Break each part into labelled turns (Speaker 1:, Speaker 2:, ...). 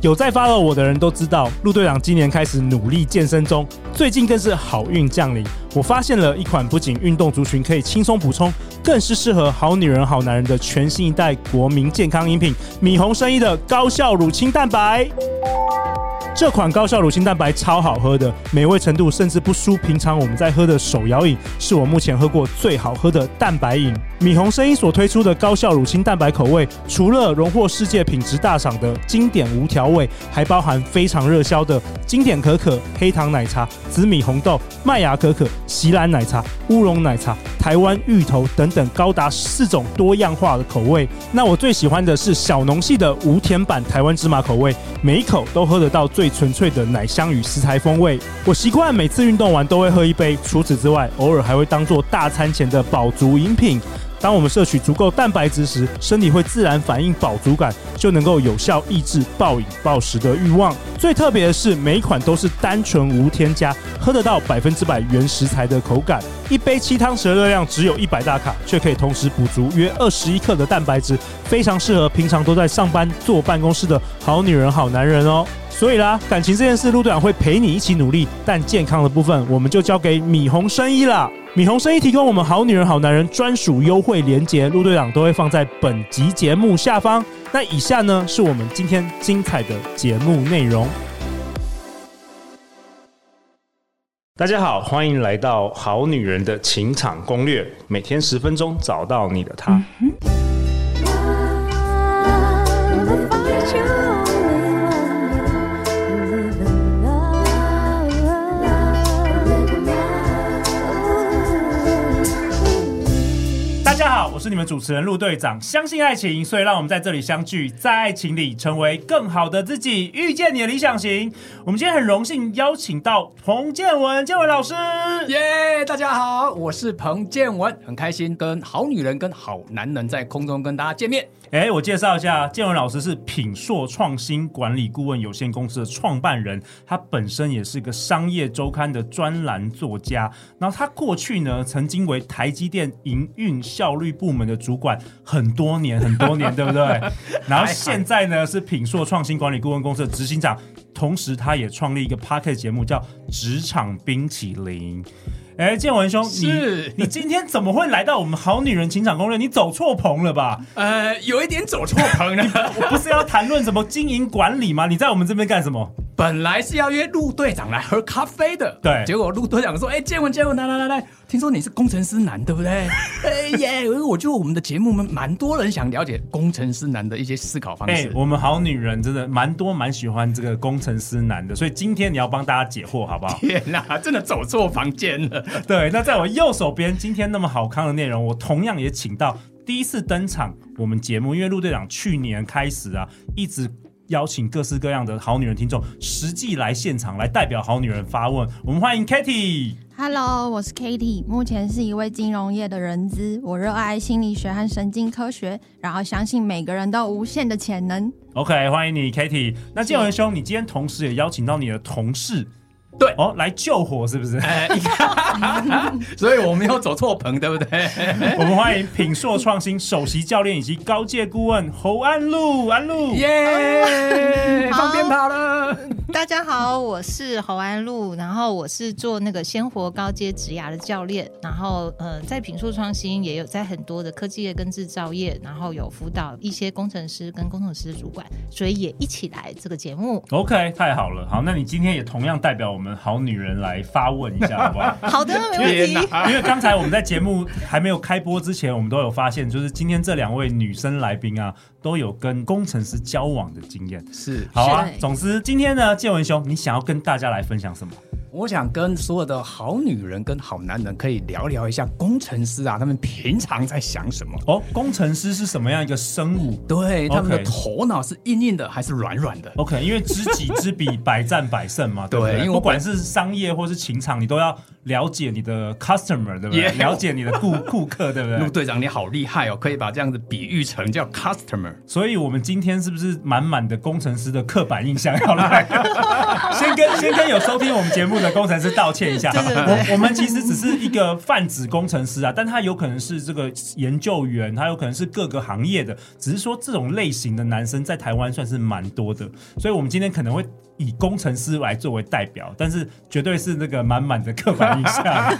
Speaker 1: 有在 follow 我的人都知道，陆队长今年开始努力健身中，最近更是好运降临。我发现了一款不仅运动族群可以轻松补充，更是适合好女人、好男人的全新一代国民健康饮品——米红生医的高效乳清蛋白。这款高效乳清蛋白超好喝的，美味程度甚至不输平常我们在喝的手摇饮，是我目前喝过最好喝的蛋白饮。米红生医所推出的高效乳清蛋白口味，除了荣获世界品质大赏的经典无调味，还包含非常热销的经典可可、黑糖奶茶、紫米红豆、麦芽可可、席兰奶茶、乌龙奶茶、台湾芋头等等高达四种多样化的口味。那我最喜欢的是小农系的无甜版台湾芝麻口味，每一口都喝得到最纯粹的奶香与食材风味。我习惯每次运动完都会喝一杯，除此之外，偶尔还会当做大餐前的饱足饮品。当我们摄取足够蛋白质时，身体会自然反应饱足感，就能够有效抑制暴饮暴食的欲望。最特别的是，每一款都是单纯无添加，喝得到百分之百原食材的口感。一杯七汤匙的热量只有一百大卡，却可以同时补足约二十一克的蛋白质，非常适合平常都在上班坐办公室的好女人、好男人哦。所以啦，感情这件事，陆队长会陪你一起努力，但健康的部分我们就交给米红生医啦。米红生意提供我们好女人、好男人专属优惠链接，陆队长都会放在本集节目下方。那以下呢是我们今天精彩的节目内容。大家好，欢迎来到《好女人的情场攻略》，每天十分钟，找到你的他。
Speaker 2: Love will find you only when you live in love. Live in love.
Speaker 1: 大家好，我是你们主持人陆队长。相信爱情，所以让我们在这里相聚，在爱情里成为更好的自己，遇见你的理想型。我们今天很荣幸邀请到彭建文，建文老师。
Speaker 3: 耶大家好，我是彭建文，很开心跟好女人跟好男人在空中跟大家见面。
Speaker 1: 哎，我介绍一下，建文老师是品硕创新管理顾问有限公司的创办人，他本身也是个商业周刊的专栏作家。然后他过去呢，曾经为台积电营运效率部门的主管很多年，很多年，对不对？然后现在呢，是品硕创新管理顾问公司的执行长，同时他也创立一个 p o c k e t 节目叫《职场冰淇淋》。哎，建文兄，你
Speaker 3: 是
Speaker 1: 你今天怎么会来到我们好女人情场攻略？你走错棚了吧？
Speaker 3: 呃，有一点走错棚了，
Speaker 1: 我 不是要谈论什么经营管理吗？你在我们这边干什么？
Speaker 3: 本来是要约陆队长来喝咖啡的，
Speaker 1: 对
Speaker 3: 结果陆队长说：“哎、建文，建文，来来来来，听说你是工程师男，对不 对？哎耶，我觉得我们的节目们蛮多人想了解工程师男的一些思考方
Speaker 1: 哎、
Speaker 3: 式。？
Speaker 1: 我们好女人真的蛮多蛮喜欢这个工程师男的，所以今天你要帮大家解惑，好不好
Speaker 3: 天哪、真的走错房间了。
Speaker 1: 对，那在我右手边，今天那么好康的内容，我同样也请到第一次登场我们节目，因为陆队长去年开始啊，一直。邀请各式各样的好女人听众实际来现场来代表好女人发问，我们欢迎 Kitty。
Speaker 4: Hello，我是 Katie，目前是一位金融业的人资。我热爱心理学和神经科学，然后相信每个人都有无限的潜能。
Speaker 1: OK，欢迎你，Kitty。那建文兄，你今天同时也邀请到你的同事，
Speaker 3: 对
Speaker 1: 哦，来救火是不 是？
Speaker 3: 哎、所以我没有走错棚，对不对？
Speaker 1: 我们欢迎品硕创新首席教练以及高阶顾问侯安路，安路。
Speaker 3: 耶、
Speaker 4: 好
Speaker 3: 放鞭炮了。”
Speaker 5: 大家好，我是侯安露，然后我是做那个鲜活高阶职涯的教练，然后呃，在品数创新也有在很多的科技业跟制造业，然后有辅导一些工程师跟工程师主管，所以也一起来这个节 目。
Speaker 1: OK，太好了，好，那你今天也同样代表我们好女人来发问一下，好不 好？
Speaker 5: 好的，没问题。
Speaker 1: 因为刚才我们在节目还没有开播之前，我们都有发现，就是今天这两位女生来宾啊，都有跟工程师交往的经验。
Speaker 3: 是，
Speaker 1: 好啊
Speaker 5: 是，的
Speaker 1: 总之今天呢，建文兄，你想要跟大家来分享什么？
Speaker 3: 我想跟所有的好女人跟好男人可以聊聊一下工程师啊，他们平常在想什么？
Speaker 1: 哦，工程师是什么样一个生物？
Speaker 3: 对，
Speaker 1: OK
Speaker 3: 他们的头脑是硬硬的还是软软的？
Speaker 1: OK，因为知己知彼， 百战百胜嘛，对不对？
Speaker 3: 对因为我
Speaker 1: 不管是商业或是情场，你都要了解你的 customer，对不对？
Speaker 3: Yeah
Speaker 1: 了解你的顾 顾客，对不
Speaker 3: 陆
Speaker 1: 对？
Speaker 3: 队长你好厉害哦，可以把这样子比喻成叫 customer。
Speaker 1: 所以，我们今天是不 是满满的工程师的刻板印象要来？先跟先跟有收听我们节目的的工程师道歉一下。
Speaker 5: 对对对
Speaker 1: 我我们其实只是一个泛指工程师啊，但他有可能是这个研究员，他有可能是各个行业的，只是说这种类型的男生在台湾算是蛮多的，所以我们今天可能会。以工程师来作为代表，但是绝对是那个满满的刻板印 象。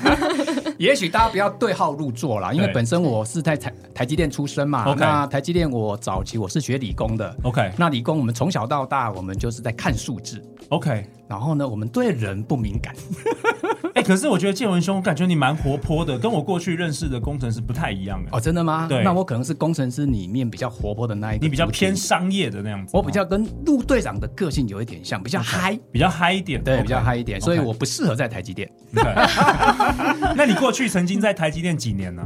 Speaker 3: 也许大家不要对号入座啦，因为
Speaker 1: 对
Speaker 3: 本身我是在台台积电出身嘛。
Speaker 1: OK
Speaker 3: 那台积电我早期我是学理工的，
Speaker 1: OK
Speaker 3: 那理工我们从小到大我们就是在看数字，
Speaker 1: OK，哎、
Speaker 3: 然后呢，我们对人不敏感。
Speaker 1: 可是我觉得建文兄，感觉你蛮活泼的，跟我过去认识的工程师不太一样、哎
Speaker 3: 哦，真的吗？
Speaker 1: 对
Speaker 3: 那我可能是工程师里面比较活泼的那一个，
Speaker 1: 你比较偏，商业的那样子。
Speaker 3: 我比较跟陆队长的个性有一点像，比较嗨。
Speaker 1: 比较嗨一点，
Speaker 3: 对
Speaker 1: OK
Speaker 3: 比较嗨一点，所以我不适合在台积电。
Speaker 1: OK 那你过去曾经在台积电几年呢、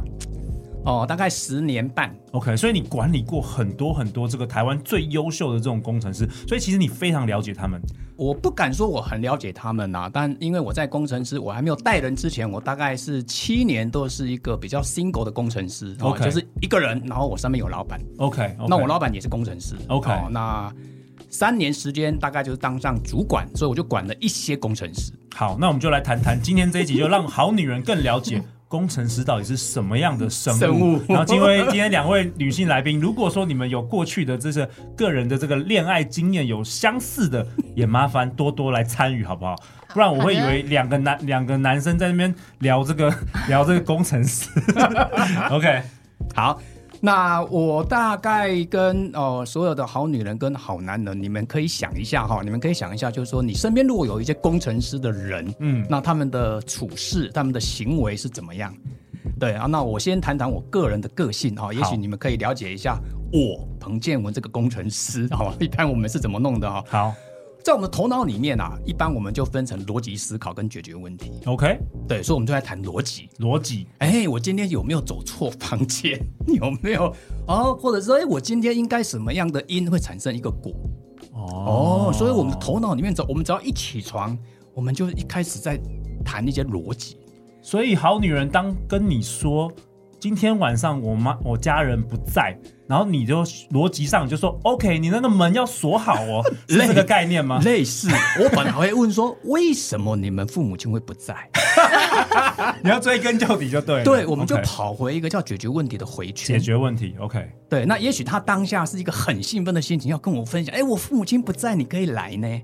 Speaker 3: 哦，大概十年半，
Speaker 1: o k 所以你管理过很多很多这个台湾最优秀的这种工程师，所以其实你非常了解他们。
Speaker 3: 我不敢说我很了解他们呐、但因为我在工程师，我还没有带人之前，我大概是七年都是一个比较 single 的工程师哦
Speaker 1: OK
Speaker 3: 就是一个人，然后我上面有老板
Speaker 1: OK，,
Speaker 3: 那我老板也是工程师哦
Speaker 1: OK
Speaker 3: 那三年时间大概就是当上主管，所以我就管了一些工程师。
Speaker 1: 好，那我们就来谈谈今天这一集，就让好女人更了解工程师到底是什么样的生物。
Speaker 3: 生物
Speaker 1: 然后今天今天两位女性来宾，如果说你们有过去的这些个人的这个恋爱经验有相似的，也麻烦多多来参与，好不好？不然我会以为两个男两个男生在那边聊这个聊这个工程 师。OK，
Speaker 3: 好，那我大概跟呃所有的好女人跟好男人，你们可以想一下哈，你们可以想一下，就是说你身边如果有一些工程师的人，
Speaker 1: 嗯
Speaker 3: 那他们的处事、他们的行为是怎么样？对啊，那我先谈谈我个人的个性哈，也
Speaker 1: 好
Speaker 3: 许你们可以了解一下我彭建文这个工程师，好吧？一般我们是怎么弄的哈？
Speaker 1: 好
Speaker 3: 在我们头脑里面啊，一般我们就分成逻辑思考跟解决问题，
Speaker 1: ，OK，
Speaker 3: 对，所以我们就在谈逻辑。
Speaker 1: 逻辑
Speaker 3: 哎，我今天有没有走错房间？有没有 哦？或者说，哎，我今天应该什么样的因会产生一个果？哦，所以我们的头脑里面，只我们只要一起床，我们就一开始在谈一些逻辑。
Speaker 1: 所以好女人当跟你说今天晚上我妈我家人不在，然后你就逻辑上就说 OK，你那个门要锁好 哦，是这个概念吗？
Speaker 3: 类似，我本来会问说，为什么你们父母亲会不在？
Speaker 1: 你要追根究底就对了。
Speaker 3: 对，我们就
Speaker 1: OK，
Speaker 3: 跑回一个叫解决问题的回
Speaker 1: 解
Speaker 3: 圈。
Speaker 1: 决问题。OK，
Speaker 3: 对，那也许他当下是一个很兴奋的心情，要跟我分享，哎，我父母亲不在，你可以来呢。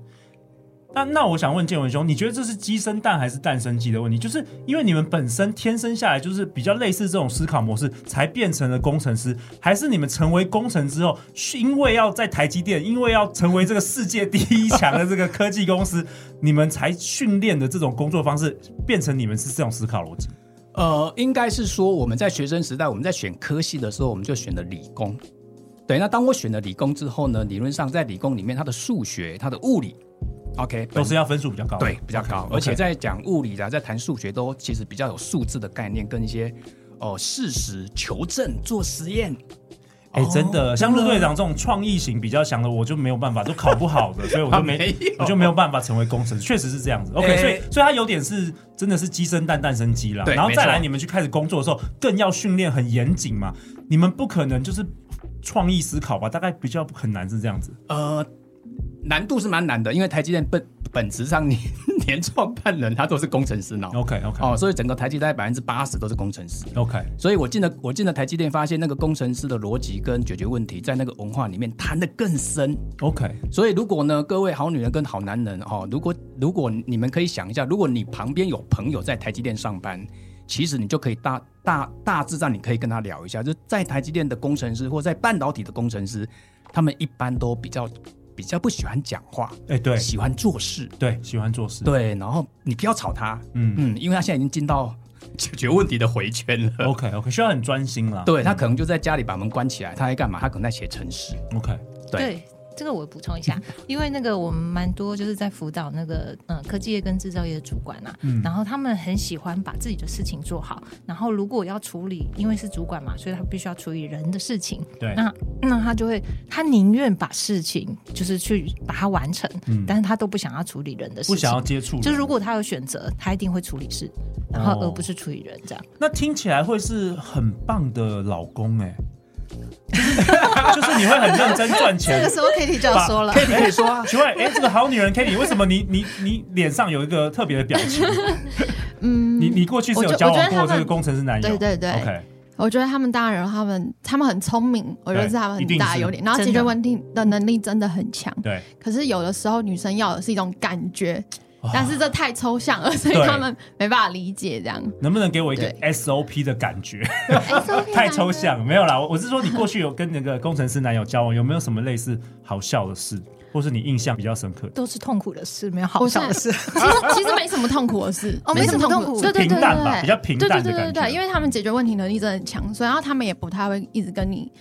Speaker 1: 那那我想问建文兄，你觉得这是鸡生蛋还是蛋生鸡的问题？就是因为你们本身天生下来就是比较类似这种思考模式，才变成了工程师，还是你们成为工程之后，是因为要在台积电，因为要成为这个世界第一强的这个科技公司，你们才训练的这种工作方式，变成你们是这种思考逻辑？
Speaker 3: 呃，应该是说我们在学生时代，我们在选科系的时候，我们就选了理工。对，那当我选了理工之后呢，理论上在理工里面，它的数学、它的物理，OK，
Speaker 1: 都是要分数比较高的，
Speaker 3: 对比较高
Speaker 1: OK，
Speaker 3: 而且在讲物理啊，在谈数学都其实比较有数字的概念跟一些哦、呃事实求证、做实验。
Speaker 1: 哎、
Speaker 3: 哦
Speaker 1: 真的，像陆队长这种创意型比较强的，我就没有办法，都考不好的，所以 我就没，
Speaker 3: 啊没有
Speaker 1: 我就没有办法成为工程师，确实是这样子。OK，、
Speaker 3: 哎
Speaker 1: 所以所以他有点是真的是鸡生蛋，蛋生鸡啦。
Speaker 3: 对
Speaker 1: 然后再来，
Speaker 3: 没错
Speaker 1: 你们去开始工作的时候，更要训练很严谨嘛，你们不可能就是创意思考吧，大概比较很难是这样子。
Speaker 3: 呃，难度是蛮难的，因为台积电本本质上你 连创办人他都是工程师脑
Speaker 1: OK OK
Speaker 3: 哦，所以整个台积电百分之八十都是工程师。
Speaker 1: OK，
Speaker 3: 所以我进了我进了台积电，发现那个工程师的逻辑跟解决问题，在那个文化里面谈得更深。
Speaker 1: OK，
Speaker 3: 所以如果呢，各位好女人跟好男人哦，如果如果你们可以想一下，如果你旁边有朋友在台积电上班，其实你就可以大大大致上你可以跟他聊一下，就在台积电的工程师或在半导体的工程师，他们一般都比较比较不喜欢讲话，
Speaker 1: 哎、对
Speaker 3: 喜欢做事。
Speaker 1: 对，喜欢做事，
Speaker 3: 对，然后你不要吵他，
Speaker 1: 嗯
Speaker 3: 嗯，因为他现在已经进到解决问题的回圈了。
Speaker 1: ，OK OK，需要很专心啦。
Speaker 3: 对他可能就在家里把门关起来，他在干嘛？他可能在写程式。
Speaker 1: ，OK，
Speaker 3: 对
Speaker 5: 对，这个我补充一下，因为那个我们蛮多就是在辅导那个嗯、呃科技业跟制造业的主管啊，然后他们很喜欢把自己的事情做好，然后如果要处理，因为是主管嘛，所以他必须要处理人的事情，
Speaker 1: 对
Speaker 5: 那那他就会他宁愿把事情就是去把它完成，但是他都不想要处理人的事
Speaker 1: 嗯
Speaker 5: 情，
Speaker 1: 不想要接触人，
Speaker 5: 就如果他有选择，他一定会处理事，然后
Speaker 1: 哦
Speaker 5: 而不是处理人这样。
Speaker 1: 那听起来会是很棒的老公哎、欸就是你会很认真赚
Speaker 5: 这
Speaker 1: 钱
Speaker 5: 个。时 候 Kitty 就要说了，
Speaker 3: Kitty 可以说啊，
Speaker 1: 请问，哎、这个好女人 Kitty，为什么你你你脸上有一个特别的表情？
Speaker 4: 嗯，
Speaker 1: 你你过去是有
Speaker 4: 我觉
Speaker 1: 交
Speaker 4: 我觉
Speaker 1: 往
Speaker 4: 得他
Speaker 1: 过
Speaker 4: 们
Speaker 1: 这个工程师男友？
Speaker 4: 对对对
Speaker 1: OK，
Speaker 4: 我觉得他们当然有他们，他们很聪明，我觉得
Speaker 1: 对
Speaker 4: 是他们
Speaker 1: 一定
Speaker 4: 很大
Speaker 1: 是
Speaker 4: 的优点。然后
Speaker 5: 真
Speaker 4: 解
Speaker 5: 的
Speaker 4: 决问题的能力真的很强。
Speaker 1: 对。
Speaker 4: 可是有的时候女生要的是一种感觉，但是这太抽象了，所以
Speaker 1: 对
Speaker 4: 他们没办法理解这样。
Speaker 1: 能不能给我一个
Speaker 4: 对
Speaker 1: SOP 的感觉？
Speaker 4: It's okay
Speaker 1: 太
Speaker 4: 啦
Speaker 1: 抽。象，没有啦。我我是说，你过去有跟那个工程师男友交往，有没有什么类似好笑的事，或是你印象比较深 刻的？
Speaker 5: 都是痛苦的事，没有好
Speaker 4: 我现
Speaker 5: 笑
Speaker 4: 在
Speaker 5: 的 事。
Speaker 4: 其实 其实没什么痛苦的事，
Speaker 5: 哦没什么痛苦
Speaker 4: 对对对
Speaker 1: 平淡吧
Speaker 4: 对，
Speaker 1: 比较平淡的
Speaker 4: 对对对对
Speaker 1: 感觉
Speaker 4: 对，因为他们解决问题能力真的很强，所以然后他们也不太会一直跟你。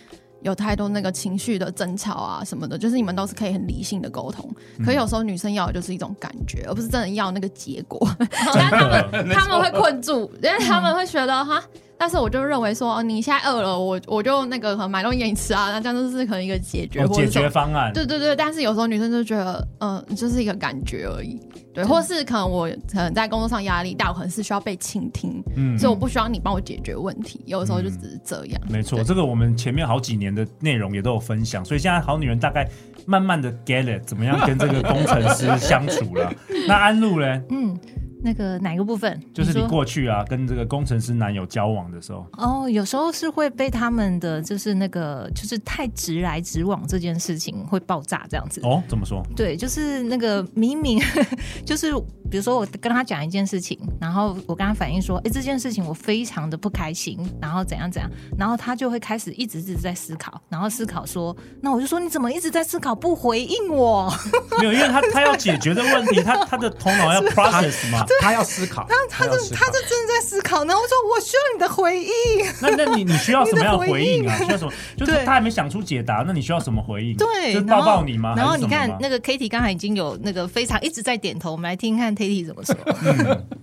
Speaker 4: 有太多那个情绪的争吵啊什么的，就是你们都是可以很理性的沟通。
Speaker 1: 嗯
Speaker 4: 可有时候女生要的就是一种感觉，而不是真的要那个结果。 但他们哦他们会困住，因为他们会觉得哈，但是我就认为说，哦你现在饿了，我我就那个可能买东西给你吃啊，那这样就是可能一个解决
Speaker 1: 哦
Speaker 4: 或者
Speaker 1: 解
Speaker 4: 是什么
Speaker 1: 决方案，
Speaker 4: 对对对，但是有时候女生就觉得，嗯、就是一个感觉而已，对，或是可能我可能在工作上压力大，我可能是需要被倾听，
Speaker 1: 嗯
Speaker 4: 所以我不需要你帮我解决问题，有的时候就只是这样。
Speaker 1: 没错，
Speaker 4: 对
Speaker 1: 这个我们前面好几年的内容也都有分享，所以现在好女人大概慢慢的 get it 怎么样跟这个工程师相处 了。那安陆呢，
Speaker 5: 嗯，那个哪一个部分？
Speaker 1: 就是你
Speaker 5: 说
Speaker 1: 过去啊跟这个工程师男友交往的时候，
Speaker 5: 哦，有时候是会被他们的就是那个就是太直来直往这件事情会爆炸这样子。
Speaker 1: 哦，怎么说？
Speaker 5: 对，就是那个明明 就是，比如说我跟他讲一件事情，然后我跟他反映说，哎，这件事情我非常的不开心，然后怎样怎样，然后他就会开始一直一直在思考，然后思考说，那我就说你怎么一直在思考不回应我？
Speaker 1: 没有，因为他他要解决的问题，他他的头脑
Speaker 5: 啊
Speaker 1: 要 process 嘛。
Speaker 3: 他要思考，他要思考
Speaker 5: 他就真的在思考，然后我说我需要你的回应。
Speaker 1: 那那你你需要什么样的
Speaker 5: 你的
Speaker 1: 回
Speaker 5: 回
Speaker 1: 应
Speaker 5: 应
Speaker 1: 啊？需要什么？就是
Speaker 5: 对
Speaker 1: 他还没想出解答，那你需要什么回应？
Speaker 5: 对，
Speaker 1: 就是
Speaker 5: 然
Speaker 1: 抱
Speaker 5: 后
Speaker 1: 抱你吗？
Speaker 5: 然后
Speaker 1: 还是
Speaker 5: 你
Speaker 1: 什么
Speaker 5: 看
Speaker 1: 吗
Speaker 5: 那个 Kitty 刚才已经有那个非常一直在点头，我们来听听看 Kitty 怎么说。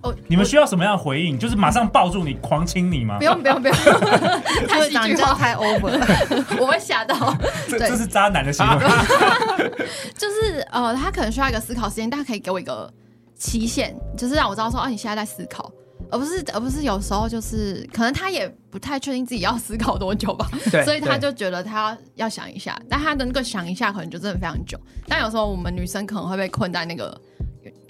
Speaker 4: 哦，
Speaker 1: 你们需要什么样的回应？就是马上抱住你，狂亲你吗
Speaker 4: 不？用不用不用，太 戏剧化，
Speaker 5: 太 over 了。
Speaker 4: 我会吓到。
Speaker 1: 这
Speaker 4: 对
Speaker 1: 这是渣男的行 为。
Speaker 4: 就是呃，他可能需要一个思考时间，但他可以给我一个期限，就是让我知道说，哦、你现在在思考。而不是而呃不是有时候就是可能他也不太确定自己要思考多久吧，
Speaker 3: 对
Speaker 4: 所以他
Speaker 3: 对
Speaker 4: 就觉得他要想一下，但他的那个想一下可能就真的非常久。但有时候我们女生可能会被困在那个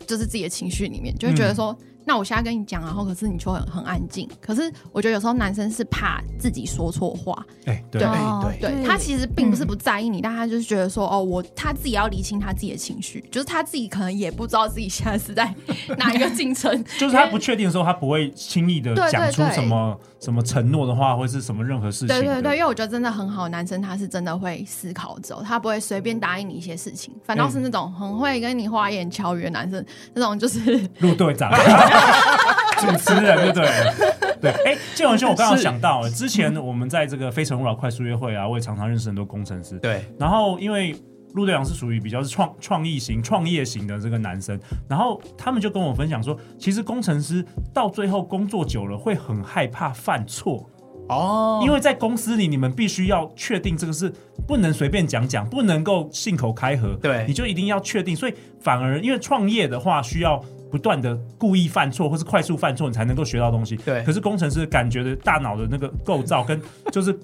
Speaker 4: 就是自己的情绪里面，就会觉得
Speaker 3: 嗯
Speaker 4: 说，那我现在跟你讲，然后可是你就很很安静。可是我觉得有时候男生是怕自己说错话，
Speaker 1: 哎，对
Speaker 4: 对
Speaker 3: 对
Speaker 4: 对他其实并不是不在意你，但他就是觉得说，哦，我他自己要理清他自己的情绪，就是他自己可能也不知道自己现在是在哪一个进 程。
Speaker 1: 就是他不确定的时候，他不会轻易的
Speaker 4: 对对
Speaker 1: 讲出
Speaker 4: 对
Speaker 1: 什么什么承诺的话，或是什么任何事情的。
Speaker 4: 对对对，因为我觉得真的很好，男生他是真的会思考之后，他不会随便答应你一些事情，反倒是那种很会跟你花言巧语的男生，那种就是
Speaker 1: 陆队 长，主持人，对对了对。哎，建文兄，我刚刚
Speaker 3: 是
Speaker 1: 想到，之前我们在这个《非诚勿扰》快速约会啊，我也常常认识很多工程师。
Speaker 3: 对
Speaker 1: 然后因为陆队长是属于比较是创创意型、创业型的这个男生，然后他们就跟我分享说，其实工程师到最后工作久了会很害怕犯错，
Speaker 3: 哦，
Speaker 1: 因为在公司里你们必须要确定这个是不能随便讲讲，不能够信口开河，
Speaker 3: 对
Speaker 1: 你就一定要确定，所以反而因为创业的话需要。不断的故意犯错，或是快速犯错，你才能够学到东西。
Speaker 3: 对
Speaker 1: 可是工程师感觉的大脑的那个构造跟 就是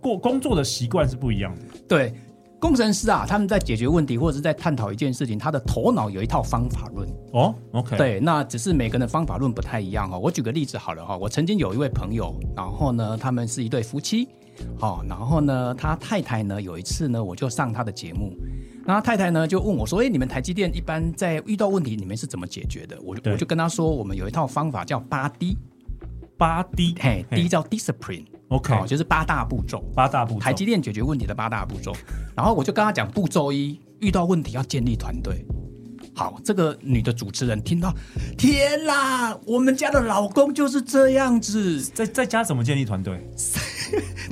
Speaker 1: 过工作的习惯是不一样的。
Speaker 3: 对，工程师啊，他们在解决问题或者是在探讨一件事情，他的头脑有一套方法论。
Speaker 1: 哦，OK，，
Speaker 3: 对，那只是每个人的方法论不太一样哦。我举个例子好了哈、我曾经有一位朋友，然后呢，他们是一对夫妻，好、然后呢，他太太呢有一次呢，我就上他的节目，然后他太太呢就问我说：“哎，你们台积电一般在遇到问题，你们是怎么解决的？”我就
Speaker 1: 对
Speaker 3: 我就跟他说，我们有一套方法叫八 D，
Speaker 1: 八 D，
Speaker 3: 嘿，D 叫 discipline，哦
Speaker 1: OK，
Speaker 3: 好、就是八大步骤。
Speaker 1: 八大步骤，
Speaker 3: 台积电解决问题的八大步骤。然后我就跟他讲，步骤一，遇到问题要建立团队。好，这个女的主持人听到，天啦，我们家的老公就是这样子，
Speaker 1: 在在家怎么建立团队？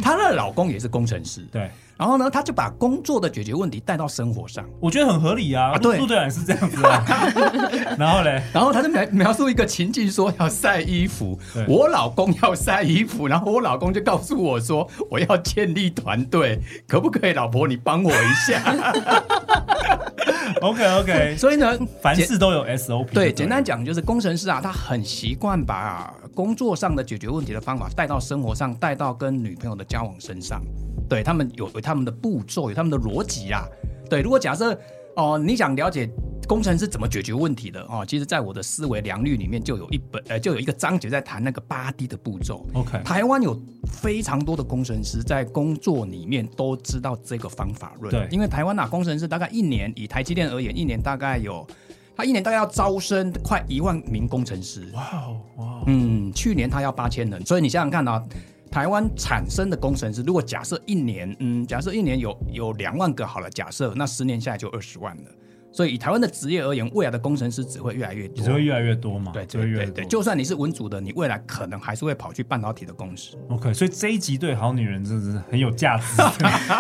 Speaker 3: 她的老公也是工程师，
Speaker 1: 对，
Speaker 3: 然后呢，她就把工作的解决问题带到生活上，
Speaker 1: 我觉得很合理啊。
Speaker 3: 啊对
Speaker 1: 陆队长也是这样子 啊。然后嘞，
Speaker 3: 然后她就描描述一个情境，说要晒衣服
Speaker 1: 对，
Speaker 3: 我老公要晒衣服，然后我老公就告诉我说，我要 建立团队，可不可以，老婆你帮我一下？
Speaker 1: OK OK，
Speaker 3: 所以呢，
Speaker 1: 凡事都有 SOP 就了。
Speaker 3: 对，简单讲就是工程师啊，他很习惯把工作上的解决问题的方法带到生活上，带到跟女朋友的交往身上。对他们有有他们的步骤，有他们的逻辑啊。对，如果假设哦、你想了解工程师怎么解决问题的哦，其实在我的思维良率里面就有一本呃，就有一个章节在谈那个八 D 的步骤。
Speaker 1: OK，
Speaker 3: 台湾有非常多的工程师在工作里面都知道这个方法论，
Speaker 1: 对
Speaker 3: 因为台湾啊，工程师大概一年，以台积电而言，一年大概有，他一年大概要招生快一万名工程师，
Speaker 1: 哇哦哇哦，
Speaker 3: 嗯，去年他要八千人，所以你想想看啊。台湾产生的工程师，如果假设一年，嗯，假设一年有有两万个好了，假设那十年下来就二十万了。所以以台湾的职业而言，未来的工程师只会越来越多，
Speaker 1: 你只会越来越多嘛？
Speaker 3: 对
Speaker 1: 只会
Speaker 3: 对
Speaker 1: 越来
Speaker 3: 对
Speaker 1: 越
Speaker 3: 对，
Speaker 1: 多。
Speaker 3: 就算你是文组的，你未来可能还是会跑去半导体的公司。
Speaker 1: OK，所以这一集对好女人真的是很有价 值，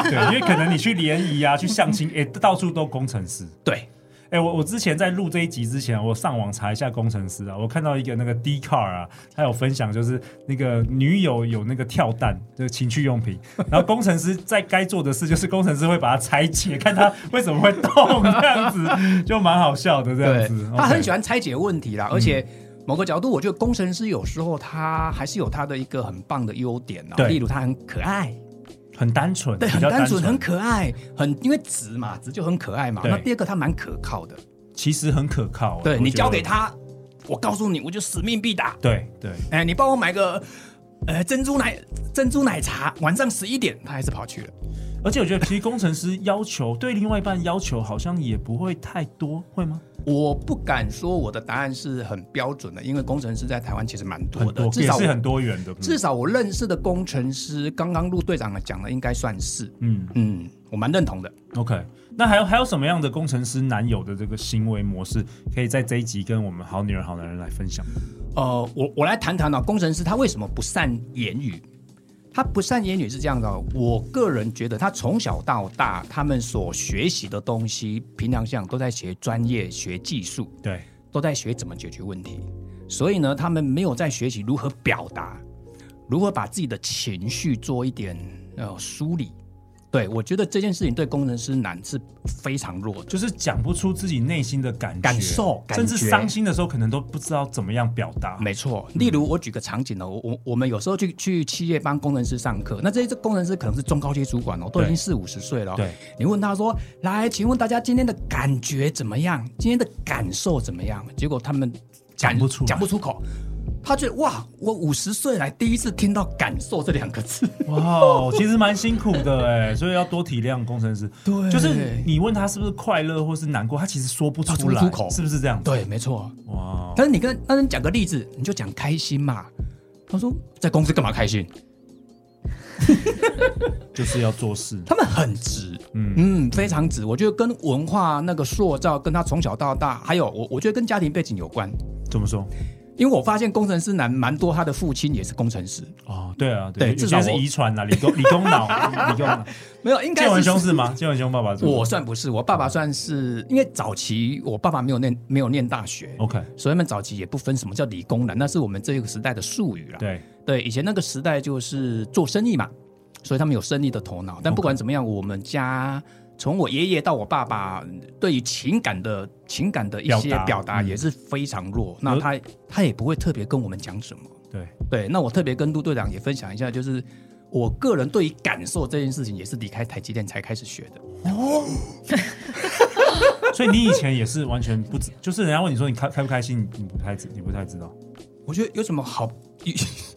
Speaker 1: 对，因为可能你去联谊啊，去相亲，哎、 到处都工程师。
Speaker 3: 对，
Speaker 1: 哎、我我之前在录这一集之前，我上网查一下工程师啊，我看到一个那个 D car 啊，他有分享，就是那个女友有那个跳蛋，就是情趣用品，然后工程师在该做的事就是工程师会把它拆解，看它为什么会动，这样子就蛮好笑的，这样子。嗯
Speaker 3: 他很喜
Speaker 1: 欢，
Speaker 3: 欢拆解问题啦，而且某个角度，我觉得工程师有时候他还是有他的一个很棒的优点啊，
Speaker 1: 对
Speaker 3: 例如他很可爱，
Speaker 1: 很单纯，
Speaker 3: 对，
Speaker 1: 比
Speaker 3: 很
Speaker 1: 较
Speaker 3: 单
Speaker 1: 单
Speaker 3: 纯，很可爱，很因为直嘛，直就很可爱嘛。
Speaker 1: 对
Speaker 3: 那第二个他蛮可靠的，
Speaker 1: 其实很可靠、哎
Speaker 3: 对
Speaker 1: 我
Speaker 3: 你
Speaker 1: 觉得
Speaker 3: 交给他，我告诉你，我就使命必达。
Speaker 1: 对对，
Speaker 3: 哎，你帮我买个。呃，珍珠奶珍珠奶茶，晚上十一点，他还是跑去了。
Speaker 1: 而且我觉得其实工程师要求对另外一半要求好像也不会太多，会吗？
Speaker 3: 我不敢说我的答案是很标准的，因为工程师在台湾其实蛮多
Speaker 1: 很
Speaker 3: 的，
Speaker 1: 多
Speaker 3: 至
Speaker 1: 也
Speaker 3: 少
Speaker 1: 是很多元的，
Speaker 3: 至少我认识的工程师，刚刚陆队长讲的应该算是，
Speaker 1: 嗯
Speaker 3: 嗯，我蛮认同的。
Speaker 1: OK，那还有还有什么样的工程师男友的这个行为模式，可以在这一集跟我们好女人好男人来分享？
Speaker 3: 呃，我我来谈谈啊，工程师他为什么不善言语？他不善言语是这样的哦，我个人觉得他从小到大，他们所学习的东西，平常上都在学专业、学技术，
Speaker 1: 对，
Speaker 3: 都在学怎么解决问题，所以呢，他们没有在学习如何表达，如何把自己的情绪做一点呃梳理。对我觉得这件事情对工程师难是非常弱的。
Speaker 1: 就是讲不出自己内心的感觉、
Speaker 3: 感受感
Speaker 1: 甚至
Speaker 3: 觉
Speaker 1: 伤心的时候，可能都不知道怎么样表达。
Speaker 3: 没错，例如我举个场景哦，我我我们有时候去去企业帮工程师上课，那这些工程师可能是中高阶主管哦，都已
Speaker 1: 对
Speaker 3: 经四五十岁了、哦。
Speaker 1: 对，
Speaker 3: 你问他说：“来，请问大家今天的感觉怎么样？今天的感受怎么样？”结果他们
Speaker 1: 讲不出来
Speaker 3: 讲不出口。他觉得哇，我五十岁来第一次听到“感受”这两个 字。
Speaker 1: 哇哦，其实蛮辛苦的哎，所以要多体谅工程师。
Speaker 3: 对
Speaker 1: 就是你问他是不是快乐或是难过，他其实说不
Speaker 3: 他
Speaker 1: 出
Speaker 3: 说不
Speaker 1: 来，
Speaker 3: 出口
Speaker 1: 是不是这样子？
Speaker 3: 对，没错。
Speaker 1: 哇哦，
Speaker 3: 但是你跟但是你讲个例子，你就讲开心嘛。他说在公司干嘛开心？
Speaker 1: 就是要做事。
Speaker 3: 他们很直，
Speaker 1: 嗯
Speaker 3: 嗯非常直。我觉得跟文化那个塑造，跟他从小到大，还有我，我觉得跟家庭背景有关。
Speaker 1: 怎么说？
Speaker 3: 因为我发现工程师男蛮多，他的父亲也是工程师，
Speaker 1: 哦，对啊，
Speaker 3: 对
Speaker 1: 有
Speaker 3: 至
Speaker 1: 有
Speaker 3: 少
Speaker 1: 些是
Speaker 3: 我
Speaker 1: 遗传啊啦，理工理工 脑，理工脑。
Speaker 3: 没有，应该
Speaker 1: 建文
Speaker 3: 是
Speaker 1: 兄是吗？建文兄爸爸是吗
Speaker 3: 我算不是，我爸爸算是，因为早期我爸爸没有念没有念大学，
Speaker 1: OK，
Speaker 3: 所以他们早期也不分什么叫理工男，那是我们这个时代的术语啦。
Speaker 1: 对，
Speaker 3: 对，以前那个时代就是做生意嘛，所以他们有生意的头脑。但不管怎么样，我们家从我爷爷到我爸爸，对于情感的情感的一
Speaker 1: 表
Speaker 3: 些
Speaker 1: 达
Speaker 3: 表达
Speaker 1: 嗯呃
Speaker 3: 也是非常弱。那他他也不会特别跟我们讲什么。
Speaker 1: 对，
Speaker 3: 对，那我特别跟陆队长也分享一下，就是我个人对于感受这件事情，也是离开台积电才开始学的。
Speaker 1: 所以你以前也是完全不知，就是人家问你说你开开不开心，你你不太知，你不太知道。
Speaker 3: 我觉得有什么好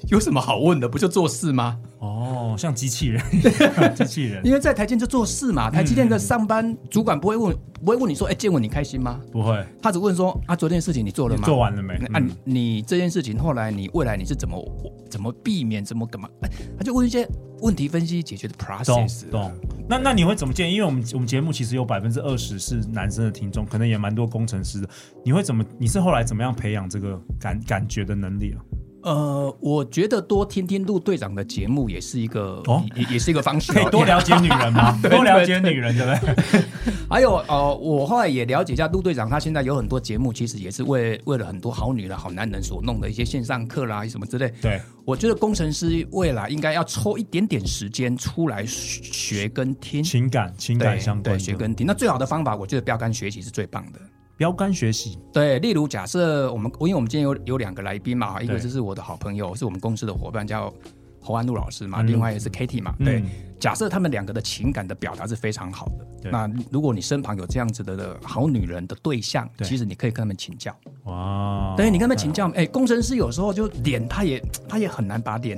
Speaker 3: 有 什么好问的？不就做事吗？
Speaker 1: 哦，像机 器人一样，机器人
Speaker 3: 因为在台积电就做事嘛，台积
Speaker 1: 嗯
Speaker 3: 电的上班主管不会问不会问你说，哎、建文你开心吗？
Speaker 1: 不会
Speaker 3: 他只问说啊，昨天的事情你做了吗？
Speaker 1: 做完了没？
Speaker 3: 那、啊
Speaker 1: 嗯
Speaker 3: 你你这件事情后来你未来你是怎么怎么避免怎么干嘛？哎他就问一些问题分析解决的
Speaker 1: 懂
Speaker 3: process。
Speaker 1: 懂。那那你会怎么建议？因为我们我们节目其实有百分之二十是男生的听众，可能也蛮多工程师的。你会怎么？你是后来怎么样培养这个感感觉的能力啊？
Speaker 3: 呃，我觉得多听听陆队长的节目也是一个，
Speaker 1: 哦
Speaker 3: 也也是一个方式、哦，
Speaker 1: 可以多了解女人嘛， 多了解女人，对不对？
Speaker 3: 还有呃，我后来也了解一下陆队长，他现在有很多节目，其实也是为为了很多好女人、好男人所弄的一些线上课啦什么之类。
Speaker 1: 对，
Speaker 3: 我觉得工程师未来应该要抽一点点时间出来学跟听，
Speaker 1: 情感情
Speaker 3: 对
Speaker 1: 感相关
Speaker 3: 对
Speaker 1: 的，
Speaker 3: 学跟听。那最好的方法，我觉得标杆学习是最棒的。
Speaker 1: 标杆学习，
Speaker 3: 对，例如假设我们，因为我们今天有有两个来宾嘛，一个
Speaker 1: 对
Speaker 3: 就是我的好朋友，是我们公司的伙伴，叫侯安陆老师嘛，
Speaker 1: 安陆
Speaker 3: 另外也是 Kitty 嘛，对。
Speaker 1: 嗯
Speaker 3: 假设他们两个的情感的表达是非常好的，
Speaker 1: 对
Speaker 3: 那如果你身旁有这样子的的好女人的对象，
Speaker 1: 对
Speaker 3: 其实你可以跟他们请教。
Speaker 1: 哇，
Speaker 3: 对，你跟他们请教，哎、工程师有时候就脸他也他也很难把脸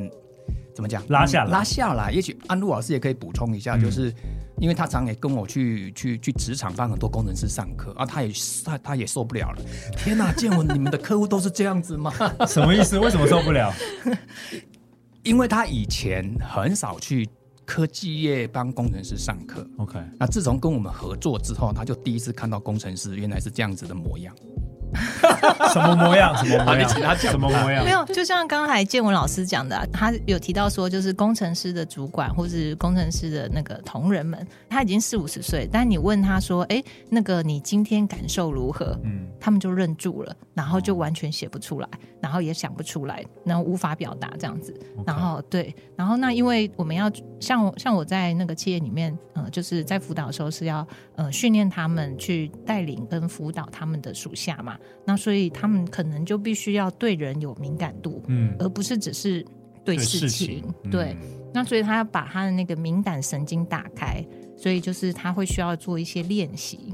Speaker 3: 怎么讲嗯
Speaker 1: 拉下来
Speaker 3: 拉下来。也许安陆老师也可以补充一下，
Speaker 1: 嗯
Speaker 3: 就是因为他常也跟我去去去职场帮很多工程师上课啊，他也他他也受不了了。天哪、建文，你们的客户都是这样子吗？
Speaker 1: 什么意思？为什么受不了？
Speaker 3: 因为他以前很少去科技业帮工程师上课，
Speaker 1: OK，
Speaker 3: 那自从跟我们合作之后，他就第一次看到工程师原来是这样子的模样。
Speaker 1: 什么模样？什么模
Speaker 3: 啊你
Speaker 1: 样？
Speaker 3: 请他讲
Speaker 1: 什么模样
Speaker 5: 没？有，就像刚才建文老师讲的啊、他有提到说，就是工程师的主管或是工程师的那个同仁们，他已经四五十岁，但你问他说，哎，那个你今天感受如何？
Speaker 1: 嗯，
Speaker 5: 他们就愣住了，然后就完全写不出来，然后也想不出来，然后无法表达这样子。然后对，然后那因为我们要像我像我在那个企业里面，呃，就是在辅导的时候是要呃训练他们去带领跟辅导他们的属下嘛，那所以他们可能就必须要对人有敏感度，
Speaker 1: 嗯，
Speaker 5: 而不是只是对
Speaker 1: 对
Speaker 5: 事
Speaker 1: 事
Speaker 5: 情。
Speaker 1: 嗯
Speaker 5: 对，那所以他要把他的那个敏感神经打开，所以就是他会需要做一些练习。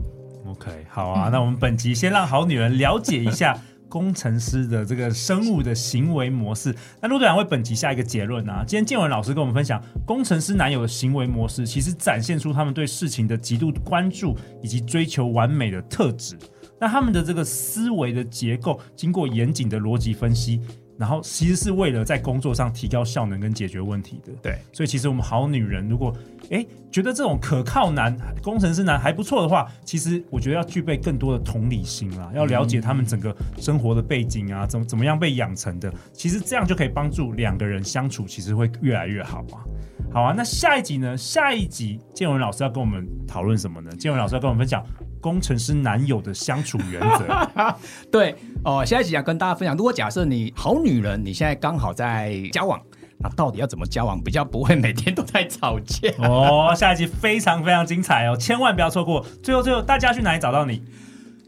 Speaker 1: OK，好啊，那我们本集先让好女人了解一下工程师的这个生物的行为模式。那陆队长为本集下一个结论啊，今天建文老师跟我们分享，工程师男友的行为模式其实展现出他们对事情的极度关注以及追求完美的特质。那他们的这个思维的结构，经过严谨的逻辑分析。然后其实是为了在工作上提高效能跟解决问题的，
Speaker 3: 对，
Speaker 1: 所以其实我们好女人如果哎觉得这种可靠男、工程师男还不错的话，其实我觉得要具备更多的同理心啦，要了解他们整个生活的背景啊，怎么怎么样被养成的，其实这样就可以帮助两个人相处，其实会越来越好啊。好啊，那下一集呢？下一集建文老师要跟我们讨论什么呢？建文老师要跟我们分享工程师男友的相处原则。
Speaker 3: 对哦、下一集想跟大家分享，如果假设你好女人，你现在刚好在交往，那到底要怎么交往，比较不会每天都在吵架？
Speaker 1: 哦，下一集非常非常精彩哦，千万不要错过。最后最后，大家去哪里找到你？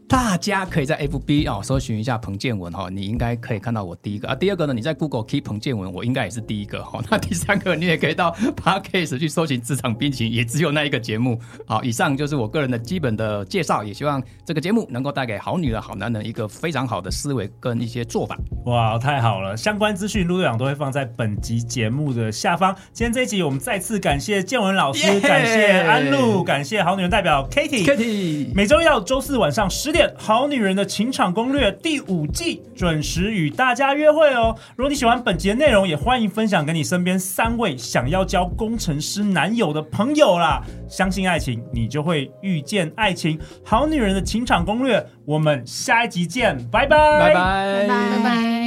Speaker 3: 大家可以在 FB 哦搜寻一下彭建文哈、哦，你应该可以看到我第一个啊。第二个呢，你在 Google Key 彭建文，我应该也是第一个哈、哦。那第三个，你也可以到 Podcast 去搜寻职场兵情，也只有那一个节目。好、以上就是我个人的基本的介绍，也希望这个节目能够带给好女人、好男人一个非常好的思维跟一些做法。
Speaker 1: 哇，太好了！相关资讯陆队长都会放在本集节目的下方。今天这一集，我们再次感谢建文老师
Speaker 3: Yeah
Speaker 1: 感谢安陆，感谢好女人代表 Kitty。
Speaker 3: Kitty，
Speaker 1: 每周一到周四晚上十点，《好女人的情场攻略》第五季准时与大家约会哦。如果你喜欢本节内容，也欢迎分享给你身边三位想要交工程师男友的朋友啦。相信爱情，你就会遇见爱情。《好女人的情场攻略》，我们下一集见，拜拜，
Speaker 3: 拜拜。
Speaker 2: 拜拜。